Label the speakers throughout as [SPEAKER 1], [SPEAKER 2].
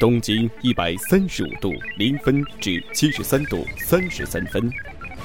[SPEAKER 1] 东经一百三十五度零分至七十三度三十三分，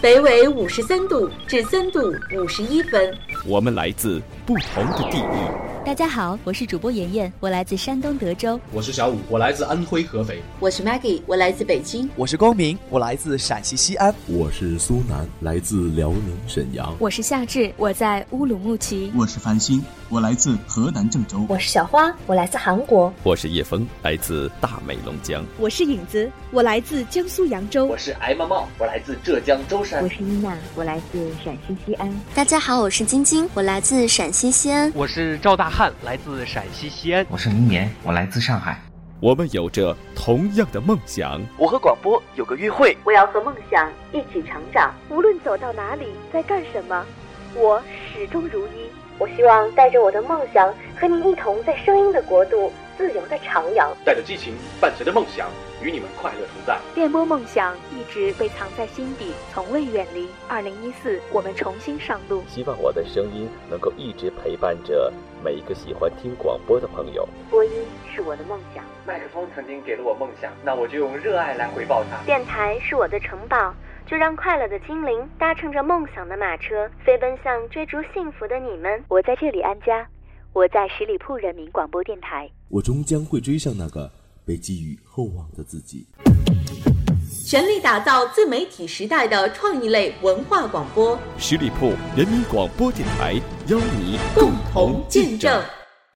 [SPEAKER 2] 北纬五十三度至三度五十一分。
[SPEAKER 1] 我们来自不同的地域。
[SPEAKER 3] 大家好，我是主播妍妍，我来自山东德州。
[SPEAKER 4] 我是小五，我来自安徽合肥。
[SPEAKER 2] 我是 Maggie，我来自北京。
[SPEAKER 5] 我是光明，我来自陕西西安。
[SPEAKER 6] 我是苏南，来自辽宁沈阳。
[SPEAKER 7] 我是夏至，我在乌鲁木齐。
[SPEAKER 8] 我是繁星，我来自河南郑州。
[SPEAKER 9] 我是小花，我来自韩国。
[SPEAKER 1] 我是叶峰，来自大美龙江。
[SPEAKER 10] 我是影子，我来自江苏扬州。
[SPEAKER 11] 我是艾茂茂，我来自浙江舟山。
[SPEAKER 12] 我是伊娜，我来自陕西西安。
[SPEAKER 13] 大家好，我是晶晶，我来自陕西西安。
[SPEAKER 14] 我是赵大汉，来自陕西西安。
[SPEAKER 15] 我是林岩，我来自上海。
[SPEAKER 1] 我们有着同样的梦想。
[SPEAKER 16] 我和广播有个约会。
[SPEAKER 17] 我要和梦想一起成长。
[SPEAKER 18] 无论走到哪里，在干什么，我始终如一。
[SPEAKER 19] 我希望带着我的梦想，和您一同在声音的国度自由的徜徉。
[SPEAKER 20] 带着激情，伴随着梦想，与你们快乐同在。
[SPEAKER 21] 电波梦想一直被藏在心底，从未远离。二零一四，我们重新上路。
[SPEAKER 22] 希望我的声音能够一直陪伴着每一个喜欢听广播的朋友。
[SPEAKER 19] 播音是我的梦想。
[SPEAKER 23] 麦克风曾经给了我梦想，那我就用热爱来回报它。
[SPEAKER 19] 电台是我的城堡。就让快乐的精灵搭乘着梦想的马车，飞奔向追逐幸福的你们。
[SPEAKER 24] 我在这里安家，我在十里铺人民广播电台。
[SPEAKER 6] 我终将会追上那个被寄予厚望的自己。
[SPEAKER 2] 全力打造自媒体时代的创意类文化广播。
[SPEAKER 1] 十里铺人民广播电台邀你共同见证。